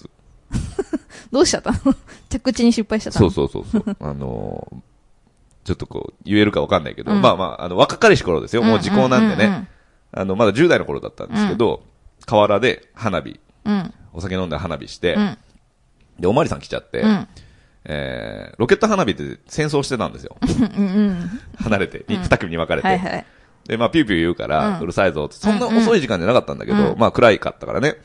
[SPEAKER 2] どうしちゃったの着地に失敗しちゃった
[SPEAKER 1] そ
[SPEAKER 2] の
[SPEAKER 1] うそうそう
[SPEAKER 2] [LAUGHS]
[SPEAKER 1] そう。あのーちょっとこう、言えるかわかんないけど、
[SPEAKER 2] うん
[SPEAKER 1] まあまあ、あの、若かりし頃ですよ。もう時効なんでね。。あの、まだ10代の頃だったんですけど、河原で花火、
[SPEAKER 2] うん。うん。
[SPEAKER 1] お酒飲んで花火して、
[SPEAKER 2] うん。
[SPEAKER 1] で、おまわりさん来ちゃって、
[SPEAKER 2] うん。
[SPEAKER 1] えーロケット花火で戦争してたんですよ。
[SPEAKER 2] うん。うん。
[SPEAKER 1] 離れて、に
[SPEAKER 2] うん
[SPEAKER 1] 二組に分かれて。
[SPEAKER 2] はいはい。
[SPEAKER 1] で、まあ、ピューピュー言うから、
[SPEAKER 2] う
[SPEAKER 1] うんるさいぞって、そんな遅い時間じゃなかったんだけど、
[SPEAKER 2] うんうん
[SPEAKER 1] まあ、暗いかったからね、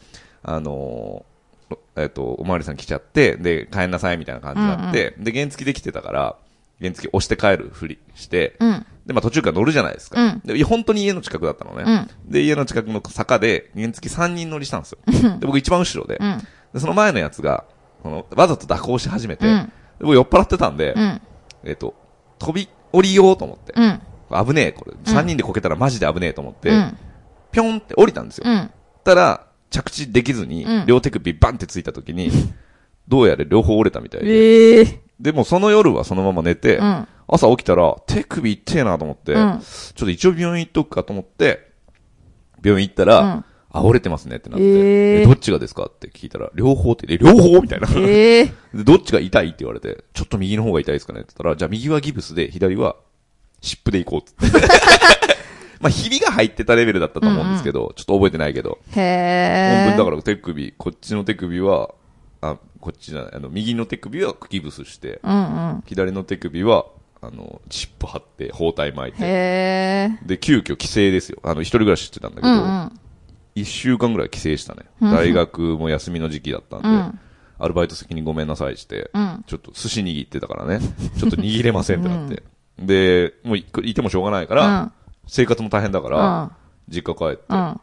[SPEAKER 1] あのーえっ、と、おまわりさん来ちゃって、で、帰んなさいみたいな感じになって、で、原付で来てたから、原付押して帰るふりして、
[SPEAKER 2] うん。
[SPEAKER 1] で、まあ、途中から乗るじゃないですか。
[SPEAKER 2] うん
[SPEAKER 1] でいや本当に家の近くだったのね。
[SPEAKER 2] うん。
[SPEAKER 1] で、家の近くの坂で、原付3人乗りしたんですよ。で、僕一番後ろで。
[SPEAKER 2] うん。
[SPEAKER 1] で、その前のやつが、この、わざと蛇行し始めて、
[SPEAKER 2] う
[SPEAKER 1] で
[SPEAKER 2] ん
[SPEAKER 1] 僕酔っ払ってたんで、
[SPEAKER 2] うん。
[SPEAKER 1] えっ、と、飛び降りようと思って、
[SPEAKER 2] うん。
[SPEAKER 1] 危ねえ、これ。3人でこけたらマジで危ねえと思って、
[SPEAKER 2] うん。
[SPEAKER 1] ぴょんって降りたんですよ。
[SPEAKER 2] うん。
[SPEAKER 1] たら、着地できずに
[SPEAKER 2] うん、
[SPEAKER 1] 両手首バンってついた時に、どうやら両方折れたみたいで。
[SPEAKER 2] ええ。
[SPEAKER 1] でもその夜はそのまま寝て
[SPEAKER 2] う、ん。
[SPEAKER 1] 朝起きたら、手首痛えなと思って、ち
[SPEAKER 2] う
[SPEAKER 1] ょっ
[SPEAKER 2] ん。
[SPEAKER 1] と一応病院行っとくかと思って、病院行った
[SPEAKER 2] う
[SPEAKER 1] ら
[SPEAKER 2] ん、
[SPEAKER 1] あ、折れてますねってなって、
[SPEAKER 2] えー
[SPEAKER 1] えどっちがですかって聞いたら、両方って、え両方みたいな。で
[SPEAKER 2] ええ。
[SPEAKER 1] どっちが痛いって言われて、ちょっと右の方が痛いですかねって言ったら、じゃあ右はギブスで、左は湿布で行こうっつって。
[SPEAKER 2] [LAUGHS]
[SPEAKER 1] まあ、ひびが入ってたレベルだったと思うんですけど、ちょっと覚えてないけど、
[SPEAKER 2] へえ。
[SPEAKER 1] 本当にだから手首、こっちの手首は、あ、こっちじゃない、あの、右の手首はギブスして、
[SPEAKER 2] うんうん。
[SPEAKER 1] 左の手首は、あの、チップ貼って、包帯巻いて、
[SPEAKER 2] へえ。
[SPEAKER 1] で、急遽帰省ですよ。あの、一人暮らししてたんだけ
[SPEAKER 2] う
[SPEAKER 1] ど、
[SPEAKER 2] ん
[SPEAKER 1] 一、
[SPEAKER 2] うん。
[SPEAKER 1] 週間ぐらい帰省したね。
[SPEAKER 2] うん
[SPEAKER 1] 大学も休みの時期だったんで、
[SPEAKER 2] うん
[SPEAKER 1] アルバイト先にごめんなさいして、
[SPEAKER 2] うん
[SPEAKER 1] ちょっと寿司握ってたからね、ちょっと握れませんってなって。で、もういいてもしょうがないから、
[SPEAKER 2] うん
[SPEAKER 1] 生活も大変だか
[SPEAKER 2] う
[SPEAKER 1] ら、
[SPEAKER 2] ん。
[SPEAKER 1] 実家帰って
[SPEAKER 2] う、ん。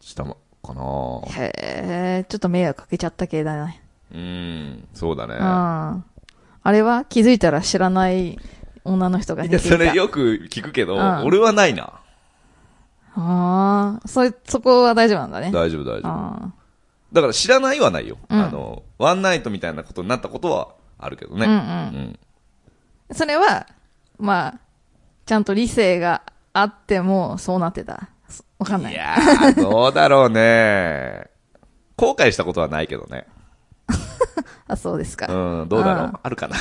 [SPEAKER 1] したまかな
[SPEAKER 2] へえ、ちょっと迷惑かけちゃった系だね。
[SPEAKER 1] うん、そうだね
[SPEAKER 2] う。ん。あれは気づいたら知らない女の人が
[SPEAKER 1] い
[SPEAKER 2] 寝て
[SPEAKER 1] や、
[SPEAKER 2] いた。
[SPEAKER 1] それよく聞くけど、
[SPEAKER 2] うん
[SPEAKER 1] 俺はないな。
[SPEAKER 2] ああ、そ、そこは大丈夫なんだね。
[SPEAKER 1] 大丈夫、大丈夫。
[SPEAKER 2] あ
[SPEAKER 1] だから知らないはないよ。
[SPEAKER 2] うん
[SPEAKER 1] あの、ワンナイトみたいなことになったことはあるけど
[SPEAKER 2] あ、
[SPEAKER 1] ね。
[SPEAKER 2] うんうん。
[SPEAKER 1] ん
[SPEAKER 2] それは、まあ、ちゃんと理性があっても、そうなってた。そわかんない。
[SPEAKER 1] いやー、どうだろうね。後悔したことはないけどね。
[SPEAKER 2] あ、そうですか。
[SPEAKER 1] うん、どうだろう
[SPEAKER 2] う。
[SPEAKER 1] んあるかな。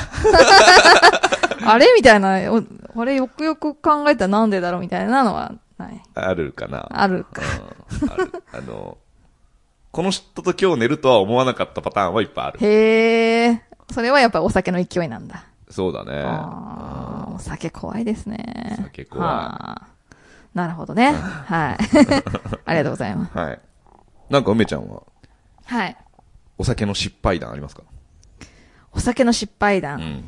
[SPEAKER 2] あれみたいな、おあれよくよく考えたらなんでだろうみたいなのは、ない。
[SPEAKER 1] あるかな。
[SPEAKER 2] あるか。
[SPEAKER 1] うんある。あの、この人と今日寝るとは思わなかったパターンはいっぱいある。
[SPEAKER 2] へえ、それはやっぱお酒の勢いなんだ。
[SPEAKER 1] そうだね。
[SPEAKER 2] ああ、お酒怖いですね。
[SPEAKER 1] お酒怖い
[SPEAKER 2] はあなるほどね。はい。 [LAUGHS] ありがとうございます。
[SPEAKER 1] はい。なんか梅ちゃんは、
[SPEAKER 2] はい。
[SPEAKER 1] お酒の失敗談ありますか
[SPEAKER 2] お酒の失敗
[SPEAKER 1] う
[SPEAKER 2] 談。
[SPEAKER 1] ん。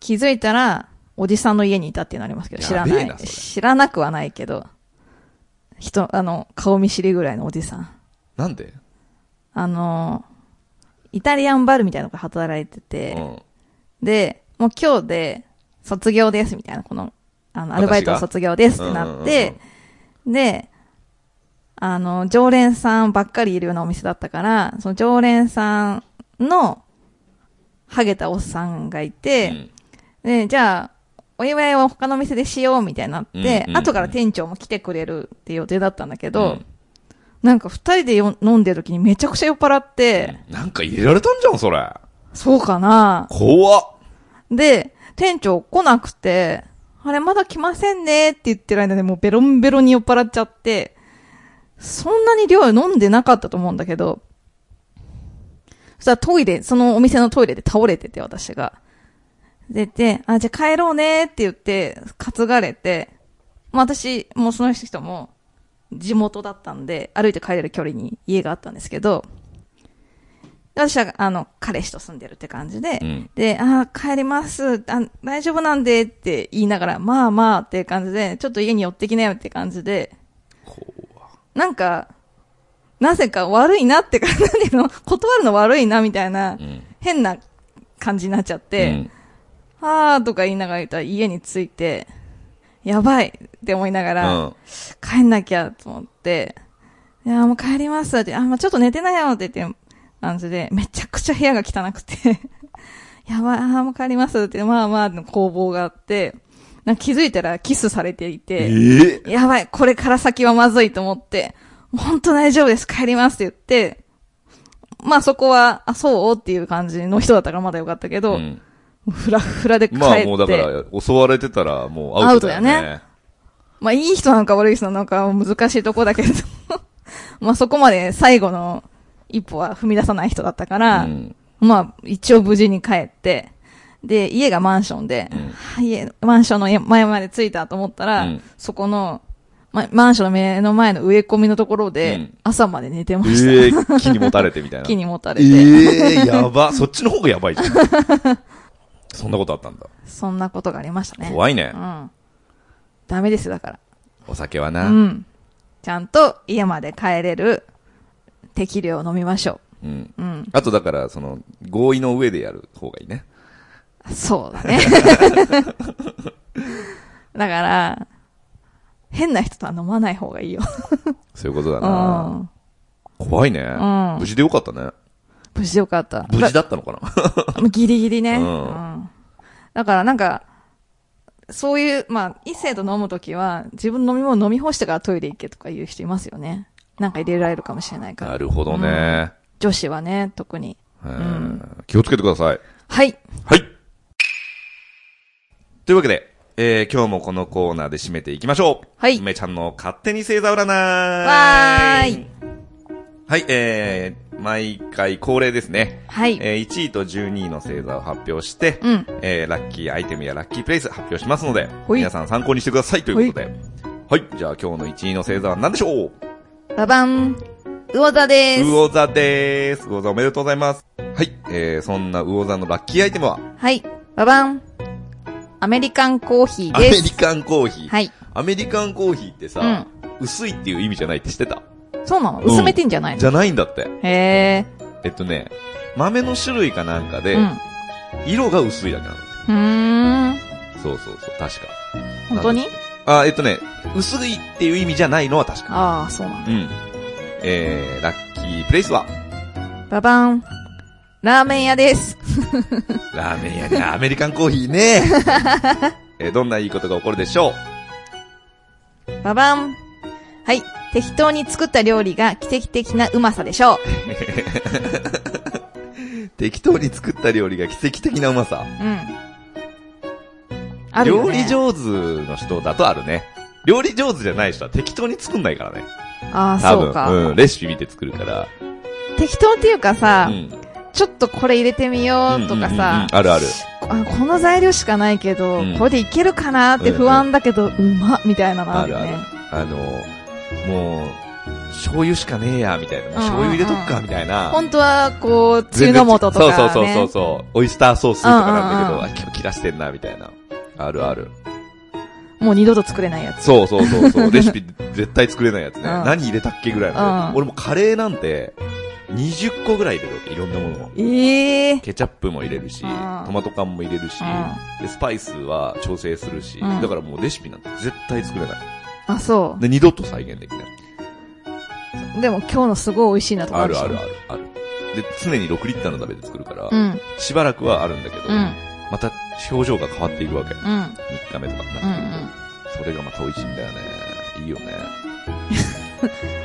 [SPEAKER 2] 気づいたら、おじさんの家にいたっていうのありますけど、知ら
[SPEAKER 1] や
[SPEAKER 2] な
[SPEAKER 1] べえ
[SPEAKER 2] い。
[SPEAKER 1] なそれ
[SPEAKER 2] 知らなくはないけど、人、あの、顔見知りぐらいのおじさん。
[SPEAKER 1] なんで
[SPEAKER 2] あの、イタリアンバルみたいなのが働いて
[SPEAKER 1] う
[SPEAKER 2] て、
[SPEAKER 1] ん。
[SPEAKER 2] で、もう今日で卒業ですみたいな、この、あの、アルバイト
[SPEAKER 1] 私が
[SPEAKER 2] 卒業ですってなっ
[SPEAKER 1] うん
[SPEAKER 2] て、で、あの、常連さんばっかりいるようなお店だったから、その常連さんの、ハゲたおっさんがい
[SPEAKER 1] う
[SPEAKER 2] て、
[SPEAKER 1] ん
[SPEAKER 2] で、じゃあ、お祝いは他の店でしようみたいになって、
[SPEAKER 1] うんうんうん
[SPEAKER 2] 後から店長も来てくれるっていう予定だったんだけど、
[SPEAKER 1] うん
[SPEAKER 2] なんか二人でよ飲んでる時にめちゃくちゃ酔っ払って、
[SPEAKER 1] なんか入れられたんじゃん、それ。
[SPEAKER 2] そうかな
[SPEAKER 1] 怖っ。
[SPEAKER 2] で、店長来なくて、あれまだ来ませんねって言ってる間でもうベロンベロンに酔っ払っちゃって、そんなに量飲んでなかったと思うんだけど、そしたらトイレ、そのお店のトイレで倒れてて私が。で、で、あ、じゃあ帰ろうねって言って、担がれて、まあ私、もうその人も地元だったんで、歩いて帰れる距離に家があったんですけど、私は、あの、彼氏と住んでるって感じで、
[SPEAKER 1] うん
[SPEAKER 2] で、あー帰りますあ、大丈夫なんでって言いながら、まあまあっていう感じで、ちょっと家に寄ってきなよって感じで、なんか、なぜか悪いなって感じなんていうの、断るの悪いなみたいな
[SPEAKER 1] う、ん。
[SPEAKER 2] 変な感じになっちゃって、
[SPEAKER 1] うん
[SPEAKER 2] はーとか言いながら言ったら家に着いて、やばいって思いながら、
[SPEAKER 1] うん
[SPEAKER 2] 帰んなきゃと思って、いや、もう帰りますって、あ、まあ、ちょっと寝てないよって言って、感じで、めちゃくちゃ部屋が汚くて、 [LAUGHS] やばい、あー、もう帰りますって、まあまあの攻防があって、なんか気づいたらキスされてい
[SPEAKER 1] え
[SPEAKER 2] て、
[SPEAKER 1] ー
[SPEAKER 2] やばい、これから先はまずいと思って、本当大丈夫です、帰りますって言って、まあそこは、あ、そうっていう感じの人だったからまだよかったけど、
[SPEAKER 1] うん
[SPEAKER 2] ふらふらで帰って、
[SPEAKER 1] まあもうだから、襲われてたらもうアウトだよ
[SPEAKER 2] アウトだよ
[SPEAKER 1] ね。
[SPEAKER 2] まあ、いい人なのか悪い人なのかは難しいとこだけれど、 [LAUGHS] まあ、そこまで最後の一歩は踏み出さない人だったから、
[SPEAKER 1] うん
[SPEAKER 2] まあ、一応無事に帰って、で、家がマンションで、
[SPEAKER 1] うん
[SPEAKER 2] はい家、マンションの前まで着いたと思ったら、
[SPEAKER 1] うん
[SPEAKER 2] そこの、ま、マンションの目の前の植え込みのところで、
[SPEAKER 1] うん
[SPEAKER 2] 朝まで寝てました。
[SPEAKER 1] ええー、木に持たれてみたいな。
[SPEAKER 2] 木にもたれて、
[SPEAKER 1] ええー、やば。 [LAUGHS] そっちの方がやばいじゃん。
[SPEAKER 2] [LAUGHS]
[SPEAKER 1] そんなことあったんだ。
[SPEAKER 2] そんなことがありましたね。
[SPEAKER 1] 怖いね
[SPEAKER 2] う。ん。ダメですよ、だから。
[SPEAKER 1] お酒は
[SPEAKER 2] う
[SPEAKER 1] な。
[SPEAKER 2] ん。ちゃんと家まで帰れる適量を飲みましょ
[SPEAKER 1] うん。
[SPEAKER 2] う。うん。
[SPEAKER 1] あとだから、その、合意の上でやる方がいいね。
[SPEAKER 2] そう [LAUGHS] だね。だから、変な人とは飲まない方がいいよ。
[SPEAKER 1] そういうことだ
[SPEAKER 2] う
[SPEAKER 1] な。
[SPEAKER 2] ん。
[SPEAKER 1] 怖いね。
[SPEAKER 2] ん
[SPEAKER 1] 無事でよかったね。
[SPEAKER 2] 無事よかった。
[SPEAKER 1] 無事だったのかな。
[SPEAKER 2] だギリギリね。
[SPEAKER 1] う
[SPEAKER 2] うんん。だからなんか、そういう、まあ、異性と飲むときは、自分の飲み物飲み干してからトイレ行けとか言う人いますよね。なんか入れられるかもしれないか
[SPEAKER 1] な
[SPEAKER 2] ら。
[SPEAKER 1] るほどね。
[SPEAKER 2] 女子はね、特に。
[SPEAKER 1] うん気をつけてください。
[SPEAKER 2] はい。
[SPEAKER 1] はい。というわけで、えー、今日もこのコーナーで締めていきましょう。
[SPEAKER 2] はい
[SPEAKER 1] 梅ちゃんの勝手に星座占い。
[SPEAKER 2] わーい。
[SPEAKER 1] はい、えー、毎回恒例ですね。
[SPEAKER 2] はい。
[SPEAKER 1] えー、1位と12位の星座を発表して、
[SPEAKER 2] うん
[SPEAKER 1] えー、ラッキーアイテムやラッキープレイス発表しますので、
[SPEAKER 2] ほい
[SPEAKER 1] 皆さん参考にしてくださいということで。はい、じゃあ今日の1位の星座は何でしょう
[SPEAKER 2] ババン、魚座です。
[SPEAKER 1] 魚座でーす。魚座おめでとうございます。はい、えー、そんな魚座のラッキーアイテムは、
[SPEAKER 2] はい。ババン。アメリカンコーヒー
[SPEAKER 1] アメ
[SPEAKER 2] で
[SPEAKER 1] リ
[SPEAKER 2] す。
[SPEAKER 1] カンコーヒー。
[SPEAKER 2] はい。
[SPEAKER 1] アメリカンコーヒーってさ、薄いっていう意味じゃないって知ってた
[SPEAKER 2] そうなの
[SPEAKER 1] うん
[SPEAKER 2] 薄めてんじゃないの、
[SPEAKER 1] じゃないんだって。
[SPEAKER 2] へ
[SPEAKER 1] えっとね、豆の種類かなんか
[SPEAKER 2] え。
[SPEAKER 1] で
[SPEAKER 2] う、ん。
[SPEAKER 1] 色が薄いだけなんだ
[SPEAKER 2] ふーん。
[SPEAKER 1] って。そうそうそう、確か。
[SPEAKER 2] 本当に
[SPEAKER 1] あ、えっとね、薄いっていう意味じゃないのは確か。
[SPEAKER 2] ああ、そうなの
[SPEAKER 1] うん。えー、ラッキープレイスは、
[SPEAKER 2] ババン。ラーメン屋です。
[SPEAKER 1] ラーメン屋でアメリカンコーヒー
[SPEAKER 2] [LAUGHS]
[SPEAKER 1] ね。えーどんないいことが起こるでしょう [LAUGHS]
[SPEAKER 2] ババン。はい。適当に作った料理が奇跡的なうまさでしょ
[SPEAKER 1] 適当に作った料理が奇跡的なうまさ。
[SPEAKER 2] う。うん。あるよ、ね。
[SPEAKER 1] 料理上手の人だとあるね。料理上手じゃない人は適当に作んないからね。
[SPEAKER 2] ああ、
[SPEAKER 1] 多
[SPEAKER 2] そ
[SPEAKER 1] 分
[SPEAKER 2] うか、
[SPEAKER 1] ん、レシピ見て作るから。
[SPEAKER 2] 適当っていうかさ、
[SPEAKER 1] うん。
[SPEAKER 2] ちょっとこれ入れてみようとか
[SPEAKER 1] うんうんうんう
[SPEAKER 2] さ
[SPEAKER 1] ん、あるある。
[SPEAKER 2] あこの材料しかないけど、
[SPEAKER 1] うん
[SPEAKER 2] これでいけるかなって不安だけど、うまっみたいなのあるよね。
[SPEAKER 1] あるあの、もう、醤油しかねえや、みたいな。もう醤油入れとくか、みたいな。
[SPEAKER 2] 本当は、こう、梅雨の素とか、ね。
[SPEAKER 1] そうそうそうそうそう。オイスターソースとかなんだけ
[SPEAKER 2] うん
[SPEAKER 1] ど、
[SPEAKER 2] うん
[SPEAKER 1] あ、今日切らしてんな、みたいな。あるある。
[SPEAKER 2] もう二度と作れないやつ。
[SPEAKER 1] そうそうそう
[SPEAKER 2] [LAUGHS]
[SPEAKER 1] そう。レシピ絶対作れないやつね。
[SPEAKER 2] うん
[SPEAKER 1] 何入れたっけぐらいの
[SPEAKER 2] う。ん
[SPEAKER 1] 俺もカレーなんて、20個ぐらい入れるわけ、いろんなものを。
[SPEAKER 2] ええ
[SPEAKER 1] ケチャップも入れるし、
[SPEAKER 2] うん
[SPEAKER 1] トマト缶も入れるし、
[SPEAKER 2] う
[SPEAKER 1] で、スパイスは調整するし、
[SPEAKER 2] うん
[SPEAKER 1] だからもうレシピなんて絶対作れない。
[SPEAKER 2] あ、そ
[SPEAKER 1] で、二度と再現できない。
[SPEAKER 2] う。でも今日のすごい美味しいなとか
[SPEAKER 1] あるあ
[SPEAKER 2] で
[SPEAKER 1] る
[SPEAKER 2] し
[SPEAKER 1] ある、ある。で、常に6リッターの鍋で作るから、
[SPEAKER 2] ょうん。
[SPEAKER 1] しばらくはあるんだけど、
[SPEAKER 2] うん。
[SPEAKER 1] また表情が変わっていくわけ。
[SPEAKER 2] うん。
[SPEAKER 1] 3日目とかになって
[SPEAKER 2] う
[SPEAKER 1] く
[SPEAKER 2] ん。う
[SPEAKER 1] る
[SPEAKER 2] ん。
[SPEAKER 1] とそれがまた美味しいんだよね。いいよね。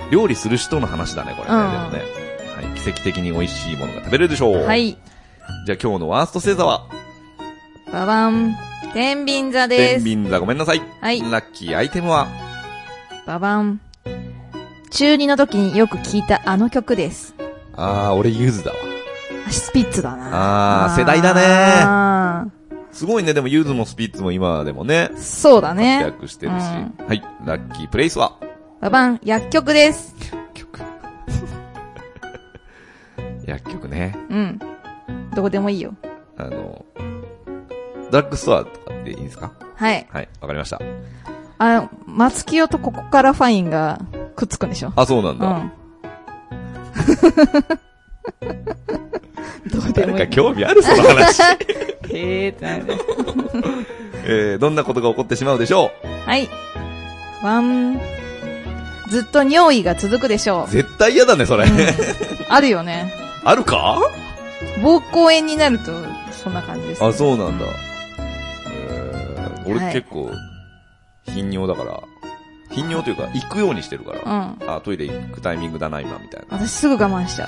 [SPEAKER 1] 料理する人の話だね、これね。
[SPEAKER 2] うん
[SPEAKER 1] でもね。はい、奇跡的に美味しいものが食べれるでしょう。
[SPEAKER 2] は。い。
[SPEAKER 1] じゃあ今日のワースト星座は、
[SPEAKER 2] ババン。天秤座で
[SPEAKER 1] 天
[SPEAKER 2] す。
[SPEAKER 1] 秤座ごめんなさい。
[SPEAKER 2] はい
[SPEAKER 1] ラッキーアイテムは、
[SPEAKER 2] ババン。中二の時によく聞いたあの曲です。
[SPEAKER 1] あー、俺ユーズだわ。
[SPEAKER 2] あスピッツだな。
[SPEAKER 1] あー世代だね
[SPEAKER 2] あ
[SPEAKER 1] すごいね、でもユーズもスピッツも今でもね
[SPEAKER 2] ー、そうだ
[SPEAKER 1] 活
[SPEAKER 2] ね。
[SPEAKER 1] 躍してるし。
[SPEAKER 2] う
[SPEAKER 1] はい、ラッキープレイスは
[SPEAKER 2] ババン、薬局です。
[SPEAKER 1] 曲。 [LAUGHS] 薬局ね。
[SPEAKER 2] うん。どこでもいいよ。
[SPEAKER 1] あの、ドラッグストアとかでいいんですか
[SPEAKER 2] はい。
[SPEAKER 1] はい、わかりました。
[SPEAKER 2] あ、松清とここからファインがくっつくんでしょ
[SPEAKER 1] あ、そうなん
[SPEAKER 2] う
[SPEAKER 1] だ。
[SPEAKER 2] ん。どうで
[SPEAKER 1] 誰
[SPEAKER 2] もい
[SPEAKER 1] か
[SPEAKER 2] い。
[SPEAKER 1] 興味あるその [LAUGHS] 話。
[SPEAKER 2] へーってなる。
[SPEAKER 1] えー、どんなことが起こってしまうでしょ
[SPEAKER 2] はい。ワン。ずっと尿意が続くでし
[SPEAKER 1] [LAUGHS]
[SPEAKER 2] ょ
[SPEAKER 1] う絶対嫌だね、それ。
[SPEAKER 2] う。あるよね。
[SPEAKER 1] あるか
[SPEAKER 2] 膀胱炎になると、そんな感じです、
[SPEAKER 1] あ、そうなんだ。
[SPEAKER 2] う
[SPEAKER 1] えー、
[SPEAKER 2] は
[SPEAKER 1] 俺
[SPEAKER 2] い
[SPEAKER 1] 結構、頻尿だから、頻尿というか、行くようにしてるから。
[SPEAKER 2] うん。
[SPEAKER 1] あ、トイレ行くタイミングだな、今、みたい
[SPEAKER 2] 私すぐ我慢しちゃ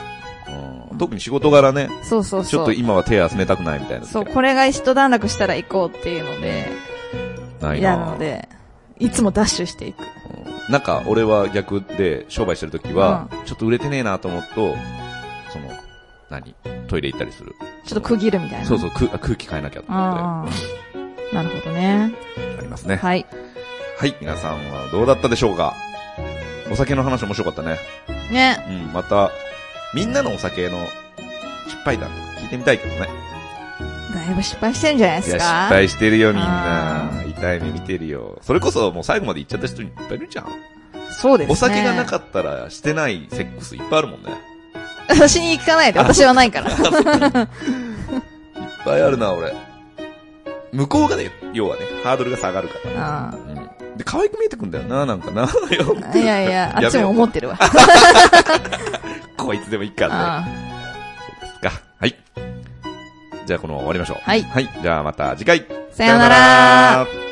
[SPEAKER 1] な。うん、特に仕事柄ね、
[SPEAKER 2] う。そうそう
[SPEAKER 1] ちょっ
[SPEAKER 2] そ
[SPEAKER 1] と
[SPEAKER 2] う。
[SPEAKER 1] 今は手休めたくないみたいな時。
[SPEAKER 2] そう、これが一段落したら行こうっていうので、
[SPEAKER 1] ない
[SPEAKER 2] 嫌
[SPEAKER 1] な
[SPEAKER 2] なので、いつもダッシュしていく。
[SPEAKER 1] うんなんか、俺は逆で商売してる時は、ちょっと売れてねえなと思うと、その、何トイレ行ったりする。
[SPEAKER 2] ちょっと区切るみたいな。
[SPEAKER 1] そう
[SPEAKER 2] う。
[SPEAKER 1] そう、くあ空気変えなきゃと思っ
[SPEAKER 2] ああ。なるほどね。
[SPEAKER 1] て、ありますね。
[SPEAKER 2] はい。
[SPEAKER 1] はい、皆さんはどうだったでしょうかお酒の話面白かったね。
[SPEAKER 2] ね。
[SPEAKER 1] うん、また、みんなのお酒の失敗談とか聞いてみたいけどね。
[SPEAKER 2] だいぶ失敗してんじゃないで
[SPEAKER 1] い
[SPEAKER 2] す
[SPEAKER 1] や、
[SPEAKER 2] か
[SPEAKER 1] 失敗してるよ、みんな
[SPEAKER 2] あ。
[SPEAKER 1] 痛い目見てるよ。それこそもう最後まで行っちゃった人いっぱいいるじゃん。
[SPEAKER 2] そうですね。
[SPEAKER 1] お酒がなかったらしてないセックスいっぱいあるもんね。
[SPEAKER 2] 私に聞かないで、私はないから。
[SPEAKER 1] いっぱいあるな、俺。向こうがね、要はね、ハードルが下がるから。 [LAUGHS]
[SPEAKER 2] あ
[SPEAKER 1] うん。で、可愛く見えてくんだよな、なんかな。よ
[SPEAKER 2] あいやいや、あっちも
[SPEAKER 1] [LAUGHS]
[SPEAKER 2] 思ってるわ。
[SPEAKER 1] こいつでもいいからね。
[SPEAKER 2] あ
[SPEAKER 1] そうですか。はい。じゃあ、このまま終わりましょう。
[SPEAKER 2] はい
[SPEAKER 1] はい。じゃあ、また次回。
[SPEAKER 2] あさよなら
[SPEAKER 1] さよなら